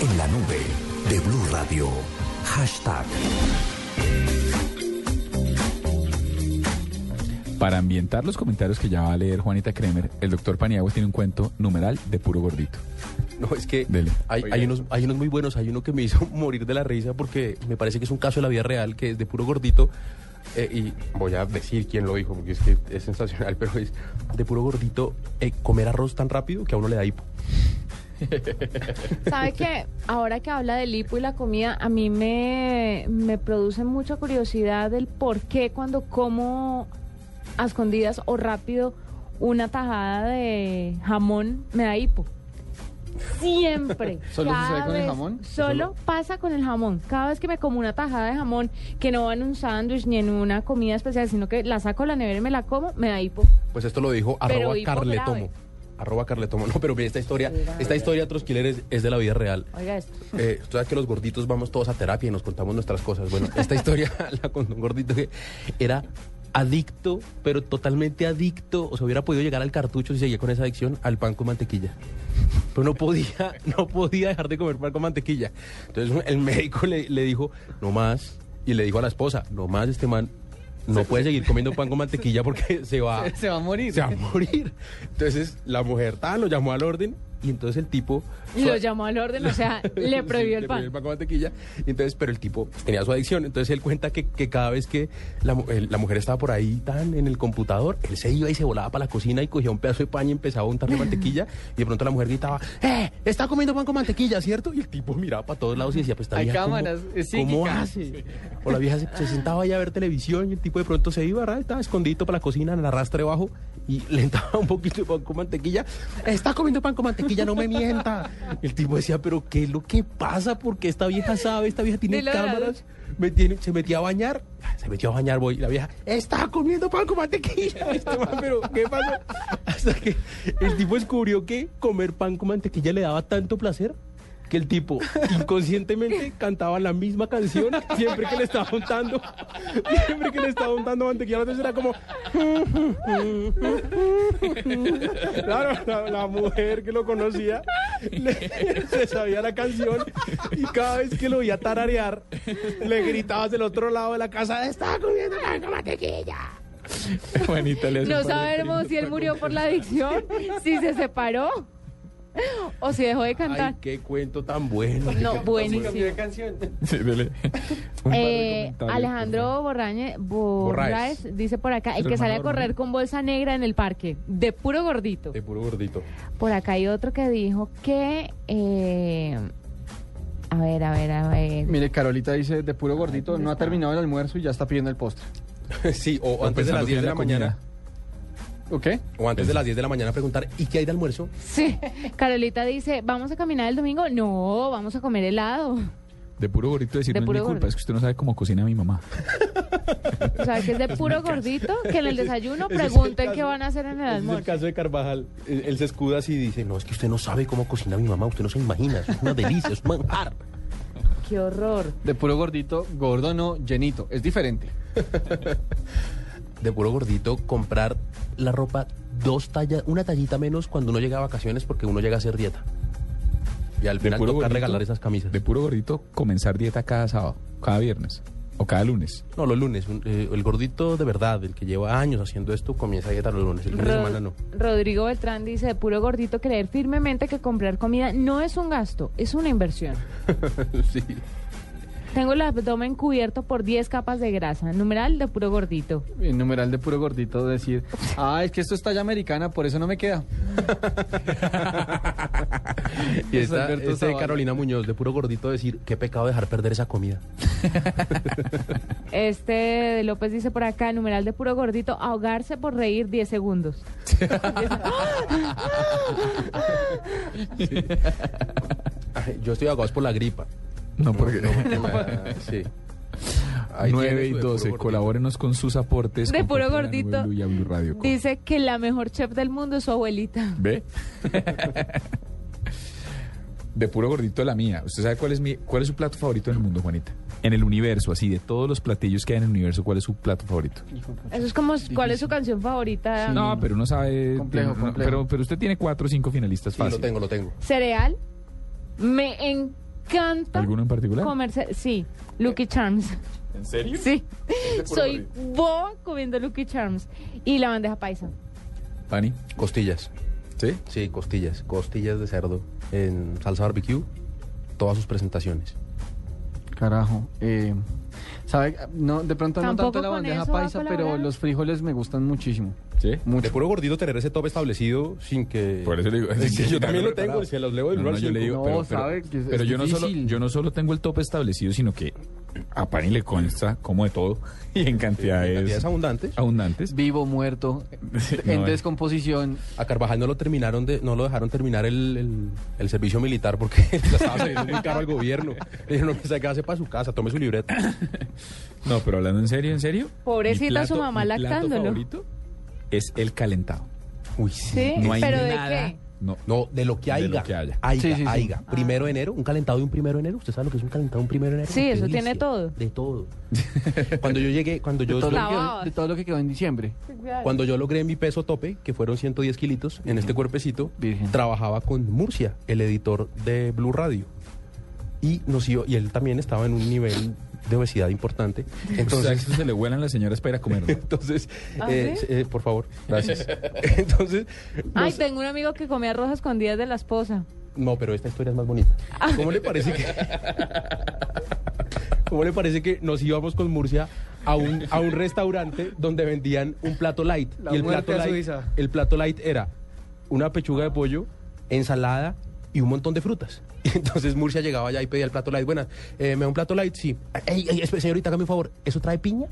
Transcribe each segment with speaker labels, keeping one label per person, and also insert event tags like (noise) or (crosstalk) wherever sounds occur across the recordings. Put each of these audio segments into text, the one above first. Speaker 1: En la nube de Blue Radio. Hashtag.
Speaker 2: Para ambientar los comentarios que ya va a leer Juanita Kremer, el doctor Paniagua tiene un cuento numeral de puro gordito.
Speaker 3: (laughs) No, es que
Speaker 2: Dele.
Speaker 3: hay, hay unos, hay unos muy buenos. Hay uno que me hizo (laughs) morir de la risa porque me parece que es un caso de la vida real, que es de puro gordito. eh, y voy a decir quién lo dijo, porque es que es sensacional, (laughs) pero es de puro gordito eh, comer arroz tan rápido que a uno le da hipo.
Speaker 4: ¿Sabe que Ahora que habla del hipo y la comida, a mí me, me produce mucha curiosidad del por qué cuando como a escondidas o rápido una tajada de jamón me da hipo. Siempre.
Speaker 5: (laughs) ¿Solo
Speaker 4: Cada
Speaker 5: sucede con el
Speaker 4: vez-
Speaker 5: jamón?
Speaker 4: Solo pasa con el jamón. Cada vez que me como una tajada de jamón, que no va en un sándwich ni en una comida especial, sino que la saco de la nevera y me la como, me da hipo.
Speaker 3: Pues esto lo dijo
Speaker 4: Pero
Speaker 3: arroba
Speaker 4: hipo
Speaker 3: carletomo.
Speaker 4: grave.
Speaker 3: Arroba carletomo. No, pero mira, esta historia, esta historia, otros es, es de la vida real.
Speaker 4: Oiga esto.
Speaker 3: Eh, tú sabes que los gorditos vamos todos a terapia y nos contamos nuestras cosas. Bueno, esta
Speaker 5: (laughs)
Speaker 3: historia la contó un gordito que era adicto, pero totalmente adicto. O sea, hubiera podido llegar al cartucho si seguía con esa adicción al pan con mantequilla. Pero no podía, (laughs) no podía dejar de comer pan con mantequilla. Entonces el médico le, le dijo, no más. Y le dijo a la esposa, no más este man. No puede seguir comiendo pan con mantequilla
Speaker 5: (laughs)
Speaker 3: porque se va,
Speaker 5: Se va a morir.
Speaker 3: se va a morir. Entonces la mujer tan lo llamó al orden y entonces el tipo
Speaker 4: Y lo llamó al orden, o
Speaker 5: (laughs)
Speaker 4: sea, le
Speaker 3: (laughs) Sí,
Speaker 4: prohibió el pan.
Speaker 3: con mantequilla. Y Entonces, pero el tipo tenía su adicción. Entonces él cuenta que, que cada vez que la, mu- el- la mujer estaba por ahí tan en el computador, él se iba y se volaba para la cocina y cogía un pedazo de pan y empezaba
Speaker 4: (laughs)
Speaker 3: a untarle mantequilla. Y de pronto la mujer gritaba, ¡eh! Está comiendo pan con mantequilla, ¿cierto? Y el tipo miraba para todos lados y decía, pues está
Speaker 5: Hay
Speaker 3: bien.
Speaker 5: cámaras,
Speaker 4: eh,
Speaker 3: ¿cómo,
Speaker 5: es
Speaker 3: ¿Cómo
Speaker 5: psíquica".
Speaker 3: hace? (laughs) O la vieja se, se sentaba ahí a ver televisión y el tipo de pronto se iba, ¿verdad? estaba escondido para la cocina, en el arrastre bajo y (laughs) le entraba un poquito de pan con mantequilla. Está comiendo pan con mantequilla, no me mienta. El tipo decía, pero ¿qué es lo que pasa? Porque esta vieja sabe, esta vieja tiene
Speaker 4: Del arado.
Speaker 3: cámaras. Me tiene- se metía a bañar, se metió a bañar, voy, y la vieja, está comiendo pan con mantequilla. (laughs) Este man, pero ¿qué pasa? Hasta que el tipo descubrió que comer pan con mantequilla le daba tanto placer que el tipo inconscientemente cantaba la misma canción siempre que le estaba untando, (laughs) siempre que le estaba untando mantequilla, entonces era como... Claro, la, la mujer que lo conocía le- se sabía la canción y cada vez que lo oía tararear, le gritabas del otro lado de la casa, está comiendo pan con mantequilla.
Speaker 2: Juanita le hace
Speaker 4: No
Speaker 2: un par de
Speaker 4: sabemos
Speaker 2: crímenes
Speaker 4: si él
Speaker 2: para
Speaker 4: murió por la adicción, si se separó o si dejó de cantar.
Speaker 3: Ay, qué cuento tan bueno.
Speaker 4: No, buenísimo.
Speaker 2: comer. (laughs) Sí, dele. Un par de
Speaker 4: Eh,
Speaker 2: comentarios,
Speaker 4: Alejandro Borrañe, Borraes dice por acá, el
Speaker 2: El
Speaker 4: que sale a
Speaker 2: hermano de
Speaker 4: correr
Speaker 2: Borraño.
Speaker 4: con bolsa negra en el parque, de puro gordito.
Speaker 3: De puro gordito.
Speaker 4: Por acá hay otro que dijo que... eh, a ver, a ver, a ver.
Speaker 5: Mire, Carolita dice, de puro gordito, no ha terminado el almuerzo y ya está pidiendo el postre.
Speaker 3: (laughs) Sí, o,
Speaker 2: por-
Speaker 3: antes de
Speaker 2: pensando
Speaker 3: las 10
Speaker 2: que
Speaker 3: de la,
Speaker 2: era comida.
Speaker 3: mañana.
Speaker 5: ¿Ok?
Speaker 3: O antes de las 10 de la mañana preguntar, ¿y qué hay de almuerzo?
Speaker 4: Sí, Carolita dice, ¿vamos a caminar el domingo? No, vamos a comer helado.
Speaker 2: De puro gordito decir,
Speaker 4: De
Speaker 2: no es mi
Speaker 4: puro
Speaker 2: culpa,
Speaker 4: gordo.
Speaker 2: es que usted no sabe cómo cocina mi (laughs) mamá.
Speaker 4: O sea, que es de puro gordito, que en el desayuno pregunten qué van a hacer en el
Speaker 3: Ese es el
Speaker 4: almuerzo.
Speaker 3: caso de Carvajal. Él, él se escuda así y dice, no, es que usted no sabe cómo cocina mi mamá, usted no se imagina, eso es una delicia, es un manjar.
Speaker 4: Qué horror.
Speaker 5: De puro gordito, gordo no, llenito. Es diferente.
Speaker 3: de puro gordito comprar la ropa dos tallas, una tallita menos cuando uno llega a vacaciones porque uno llega a hacer dieta. Y al
Speaker 2: De
Speaker 3: final
Speaker 2: puro
Speaker 3: toca
Speaker 2: gordito,
Speaker 3: regalar esas camisas.
Speaker 2: De puro gordito, comenzar dieta cada sábado, cada viernes o cada lunes.
Speaker 3: no, los lunes. un- eh, el gordito de verdad, el que lleva años haciendo esto, comienza a dieta los lunes. El fin de
Speaker 4: Rod-
Speaker 2: (laughs)
Speaker 3: semana no.
Speaker 4: Rodrigo Beltrán dice, de puro gordito, creer firmemente que comprar comida no es un gasto, es una inversión.
Speaker 3: sí.
Speaker 4: Tengo el abdomen cubierto por 10 capas de grasa. Numeral de puro gordito.
Speaker 5: En numeral de puro gordito decir, ah, es que esto es talla americana, por eso no me queda.
Speaker 3: Y
Speaker 5: Es
Speaker 3: esta,
Speaker 5: Alberto
Speaker 3: este de
Speaker 5: Zavala.
Speaker 3: Carolina Muñoz, de puro gordito, decir, qué pecado dejar perder esa comida.
Speaker 4: Este de López dice por acá, numeral de puro gordito, ahogarse por reír 10 segundos.
Speaker 3: Ay, Yo estoy ahogado es por la gripa.
Speaker 2: No, porque... (laughs)
Speaker 3: Ah, sí. Ahí
Speaker 2: 9
Speaker 3: tiene
Speaker 2: y
Speaker 3: su de puro
Speaker 2: 12,
Speaker 3: gordito.
Speaker 2: colabórenos con sus aportes.
Speaker 4: De
Speaker 2: con
Speaker 4: puro
Speaker 2: Popular, Nube
Speaker 4: gordito.
Speaker 2: Blue y a Blue Radio Com.
Speaker 4: Dice que la mejor chef del mundo es su abuelita.
Speaker 2: ¿Ve? de puro gordito la mía. ¿Usted sabe cuál es, mi, cuál es su plato favorito en el mundo, Juanita? En el universo, así, de todos los platillos que hay en el universo, ¿cuál es su plato favorito?
Speaker 4: Eso es como, ¿cuál es su canción favorita?
Speaker 2: No, pero uno sabe...
Speaker 5: Complejo,
Speaker 2: tiene- no,
Speaker 5: complejo.
Speaker 2: Pero, pero usted tiene cuatro o cinco finalistas
Speaker 3: Sí,
Speaker 2: fácil.
Speaker 3: lo tengo, lo tengo.
Speaker 4: Cereal. Me encanta.
Speaker 2: ¿Alguno en particular?
Speaker 4: Comerse, sí, Lucky Charms. (laughs)
Speaker 2: ¿En serio?
Speaker 4: Sí. Soy boa comiendo Lucky Charms y la bandeja paisa.
Speaker 2: Pani,
Speaker 3: Costillas.
Speaker 2: ¿sí?
Speaker 3: Sí, costillas. Costillas de cerdo en salsa barbecue. Todas sus presentaciones.
Speaker 5: Carajo. eh, ¿sabe? No, de pronto no
Speaker 4: Tampoco
Speaker 5: tanto la
Speaker 4: con
Speaker 5: bandeja
Speaker 4: eso va a
Speaker 5: paisa, pero
Speaker 4: colaborar.
Speaker 5: los frijoles me gustan muchísimo.
Speaker 2: ¿Sí? (laughs)
Speaker 3: De puro gordito tener ese top establecido sin que...
Speaker 2: Por eso le digo.
Speaker 3: Sí,
Speaker 2: sin (laughs) que
Speaker 3: yo también lo
Speaker 2: preparado.
Speaker 3: tengo, si los leo del
Speaker 2: No,
Speaker 3: uno
Speaker 2: no,
Speaker 3: al
Speaker 2: yo le
Speaker 3: cinco.
Speaker 2: digo,
Speaker 5: No,
Speaker 2: pero, pero-
Speaker 5: sabe que es-
Speaker 2: pero
Speaker 5: es
Speaker 2: yo, no solo,
Speaker 5: difícil.
Speaker 2: yo no solo tengo el tope establecido, sino que a Pani le consta como de todo (laughs) y en cantidades,
Speaker 3: Cantidades abundantes.
Speaker 2: abundantes.
Speaker 5: Vivo, muerto, en
Speaker 2: no, eh.
Speaker 5: descomposición.
Speaker 3: A Carvajal no lo terminaron de, no lo dejaron terminar el, el- el servicio militar porque (laughs) le estaba saliendo muy caro al gobierno. Le dijeron, no, se quedase para su casa, tome su libreta.
Speaker 2: No, pero hablando en serio, en serio.
Speaker 4: Pobrecita
Speaker 2: mi plato-
Speaker 4: su mamá
Speaker 2: mi plato
Speaker 4: lactándolo.
Speaker 2: favorito es el calentado.
Speaker 3: Uy,
Speaker 4: Sí,
Speaker 2: No hay
Speaker 4: pero
Speaker 2: nada.
Speaker 4: ¿de qué?
Speaker 2: No,
Speaker 3: No, de lo que
Speaker 2: De
Speaker 3: haya.
Speaker 2: lo que haya.
Speaker 3: Haiga,
Speaker 5: Sí, sí, sí.
Speaker 3: haiga. Primero de enero, un calentado de un primero de enero. ¿Usted sabe lo que es un calentado de un primero de enero?
Speaker 4: Sí,
Speaker 3: ¡Qué
Speaker 4: eso tiene todo.
Speaker 3: De
Speaker 2: (laughs)
Speaker 3: todo. cuando yo llegué, cuando yo,
Speaker 5: Todo lo que
Speaker 4: Lavabas.
Speaker 5: quedó- de todo lo que quedó
Speaker 4: (laughs)
Speaker 5: en diciembre.
Speaker 3: cuando yo logré mi peso tope, que fueron 110 kilitos en este cuerpecito,
Speaker 5: Virgen.
Speaker 3: trabajaba con Murcia, el editor de Blue Radio. Y, nos iba- y él también estaba en un nivel de obesidad importante.
Speaker 2: (laughs) o sea,
Speaker 3: Entonces,
Speaker 2: eso se le vuelan las señoras para ir a comer. ¿no?
Speaker 3: (laughs) Entonces,
Speaker 4: ¿Ah,
Speaker 3: eh,
Speaker 4: sí?
Speaker 3: eh, por favor,
Speaker 4: (laughs)
Speaker 3: gracias. (laughs) Entonces,
Speaker 4: Ay,
Speaker 3: nos-
Speaker 4: tengo un amigo que comía rojas escondidas de la esposa.
Speaker 3: no, pero esta historia es más bonita.
Speaker 4: Ah.
Speaker 3: ¿Cómo le
Speaker 4: (laughs)
Speaker 3: parece que ¿Cómo le parece que nos íbamos con Murcia a un, a un restaurante donde vendían un plato light?
Speaker 5: La
Speaker 3: y el
Speaker 5: muerte
Speaker 3: plato
Speaker 5: a
Speaker 3: light,
Speaker 5: Suiza.
Speaker 3: el plato light era una pechuga de pollo, ensalada y un montón de frutas. (laughs) Y entonces Murcia llegaba allá y pedía el plato light. Buenas, eh, ¿me da un plato light? Sí. Ey, ey, espe- señorita, hágame un favor. ¿Eso trae piña?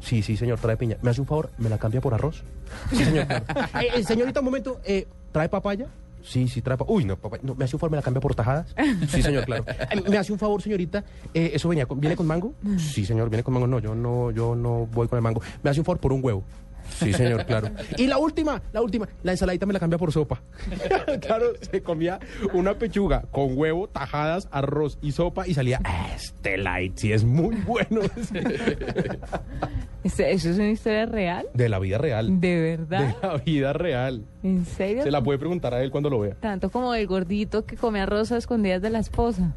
Speaker 3: Sí, sí, señor, trae piña. ¿Me hace un favor? ¿Me la cambia por arroz? Sí, señor. claro. (laughs) Eh, eh, señorita, un momento. eh, ¿Trae papaya? Sí, sí, trae papaya. Uy, no, papaya. No, ¿Me hace un favor? ¿Me la cambia por tajadas? Sí, señor, claro. (laughs) Eh, ¿Me hace un favor, señorita? Eh, ¿Eso venía con- viene con mango? Sí, señor, viene con mango. No, yo no, yo no voy con el mango. ¿Me hace un favor por un huevo? Sí, señor, claro. Y la última, la última, la ensaladita me la cambia por sopa. (laughs) claro, se comía una pechuga con huevo, tajadas, arroz y sopa y salía, "Ah, este light sí es muy bueno. (laughs)
Speaker 4: Este- ¿Eso es una historia real?
Speaker 3: De la vida real.
Speaker 4: ¿De
Speaker 3: De
Speaker 4: verdad?
Speaker 3: la vida real.
Speaker 4: ¿En serio?
Speaker 3: Se la puede preguntar a él cuando lo vea.
Speaker 4: Tanto como el gordito que comía rojas escondidas de la esposa.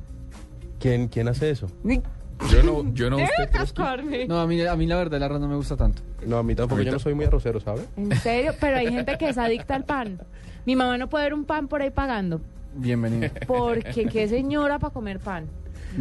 Speaker 3: ¿Quién, quién hace eso?
Speaker 4: Ni-
Speaker 2: (laughs) Yo no, yo no.
Speaker 4: Debe
Speaker 2: usted-
Speaker 4: cascarme.
Speaker 5: No, a mí, a mí la verdad el arroz no me gusta tanto.
Speaker 3: No, a mí tampoco. Yo no soy muy arrocero, ¿sabe?
Speaker 4: En serio, pero hay gente que es adicta al pan. Mi mamá no puede ver un pan por ahí pagando.
Speaker 5: Bienvenido.
Speaker 4: (laughs) Porque qué señora para comer pan.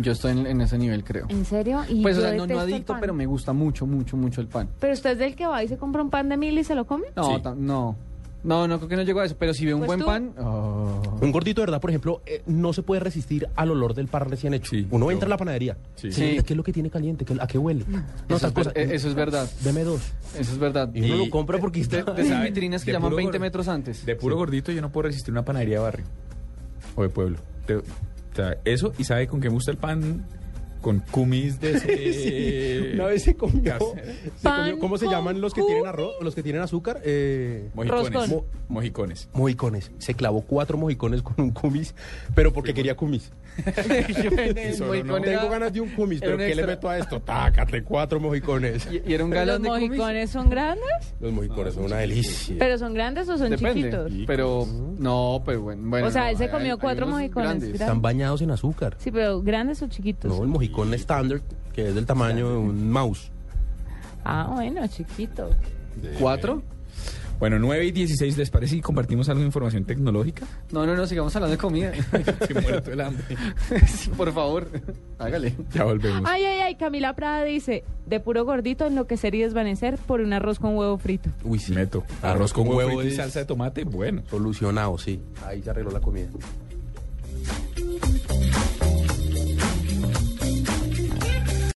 Speaker 5: Yo estoy en, en ese nivel, creo.
Speaker 4: ¿En serio? Y
Speaker 5: Pues, o
Speaker 4: yo
Speaker 5: sea, no, no
Speaker 4: detesto el
Speaker 5: adicto,
Speaker 4: pan.
Speaker 5: pero me gusta mucho, mucho, mucho el pan.
Speaker 4: ¿Pero usted es del que va y se compra un pan de mil y se lo come?
Speaker 5: No,
Speaker 2: Sí.
Speaker 5: tam- no. No, no creo que no llego a eso, pero si veo un
Speaker 4: Pues
Speaker 5: buen
Speaker 4: tú.
Speaker 5: pan... oh.
Speaker 3: Un gordito, de verdad, por ejemplo, eh, no se puede resistir al olor del pan recién hecho.
Speaker 2: Sí,
Speaker 3: Uno
Speaker 2: yo-
Speaker 3: entra a la panadería.
Speaker 2: Sí.
Speaker 3: Señorita, ¿Qué es lo que tiene caliente? ¿Qué- ¿A qué huele? No,
Speaker 5: Eso,
Speaker 3: esas
Speaker 5: es, ver-
Speaker 3: cosas.
Speaker 5: eh, eso es verdad.
Speaker 3: Deme dos.
Speaker 5: Eso es verdad.
Speaker 3: Y uno lo compra porque está...
Speaker 5: De esas vitrinas que
Speaker 2: de
Speaker 5: llaman
Speaker 2: puro
Speaker 5: 20
Speaker 2: gor-
Speaker 5: metros antes. (laughs)
Speaker 2: De (laughs) puro gordito yo no puedo resistir una panadería de barrio. O de pueblo. Te- o sea, eso, y sabe con qué me gusta el pan, con cumis de
Speaker 5: (laughs)
Speaker 2: ese...
Speaker 3: eh, (laughs) Una vez se comió,
Speaker 2: Casi.
Speaker 3: se comió- ¿Cómo se
Speaker 4: Pan con
Speaker 3: llaman los que tienen arroz? Los que tienen azúcar. Eh,
Speaker 2: Mojicones.
Speaker 4: Roscón.
Speaker 2: Mo- mojicones.
Speaker 3: mojicones. Se clavó cuatro mojicones con un cumis, pero porque quería cumis.
Speaker 5: El
Speaker 2: Solo
Speaker 5: mojicón
Speaker 2: no.
Speaker 5: era-
Speaker 3: Tengo ganas de un cumis,
Speaker 5: era
Speaker 3: pero
Speaker 5: un
Speaker 3: ¿qué le
Speaker 5: extra.
Speaker 3: meto a esto? Tácate, cuatro mojicones.
Speaker 5: Y, y era un
Speaker 4: ¿Los
Speaker 5: galón de cumis.
Speaker 4: mojicones son grandes?
Speaker 3: Los mojicones son una delicia.
Speaker 4: ¿Pero son grandes o son chiquitos?
Speaker 5: Depende. Pero, no, pero bueno. bueno,
Speaker 4: O sea,
Speaker 5: no,
Speaker 4: él se
Speaker 5: hay-
Speaker 4: comió
Speaker 5: hay
Speaker 4: cuatro
Speaker 5: unos
Speaker 4: mojicones,
Speaker 5: grandes.
Speaker 4: gracias.
Speaker 3: Están bañados en azúcar.
Speaker 4: Sí, pero grandes o chiquitos.
Speaker 3: No, el mojicón estándar, que es del tamaño de un mouse.
Speaker 4: Ah, bueno, chiquitos.
Speaker 5: ¿Cuatro?
Speaker 2: Bueno, 9 y 16, ¿les parece y compartimos algo de información tecnológica? (laughs)
Speaker 5: No, no, no, sigamos hablando de comida. (laughs)
Speaker 2: Se muere todo el hambre.
Speaker 5: Por favor, hágale.
Speaker 2: Ya volvemos.
Speaker 4: Ay, ay, ay, Camila Prada dice, de puro gordito enloquecer y desvanecer por un arroz con huevo frito.
Speaker 3: Uy, sí.
Speaker 2: Neto, arroz con huevo frito y salsa de tomate, bueno.
Speaker 3: Solucionado, sí. Ahí se arregló la comida.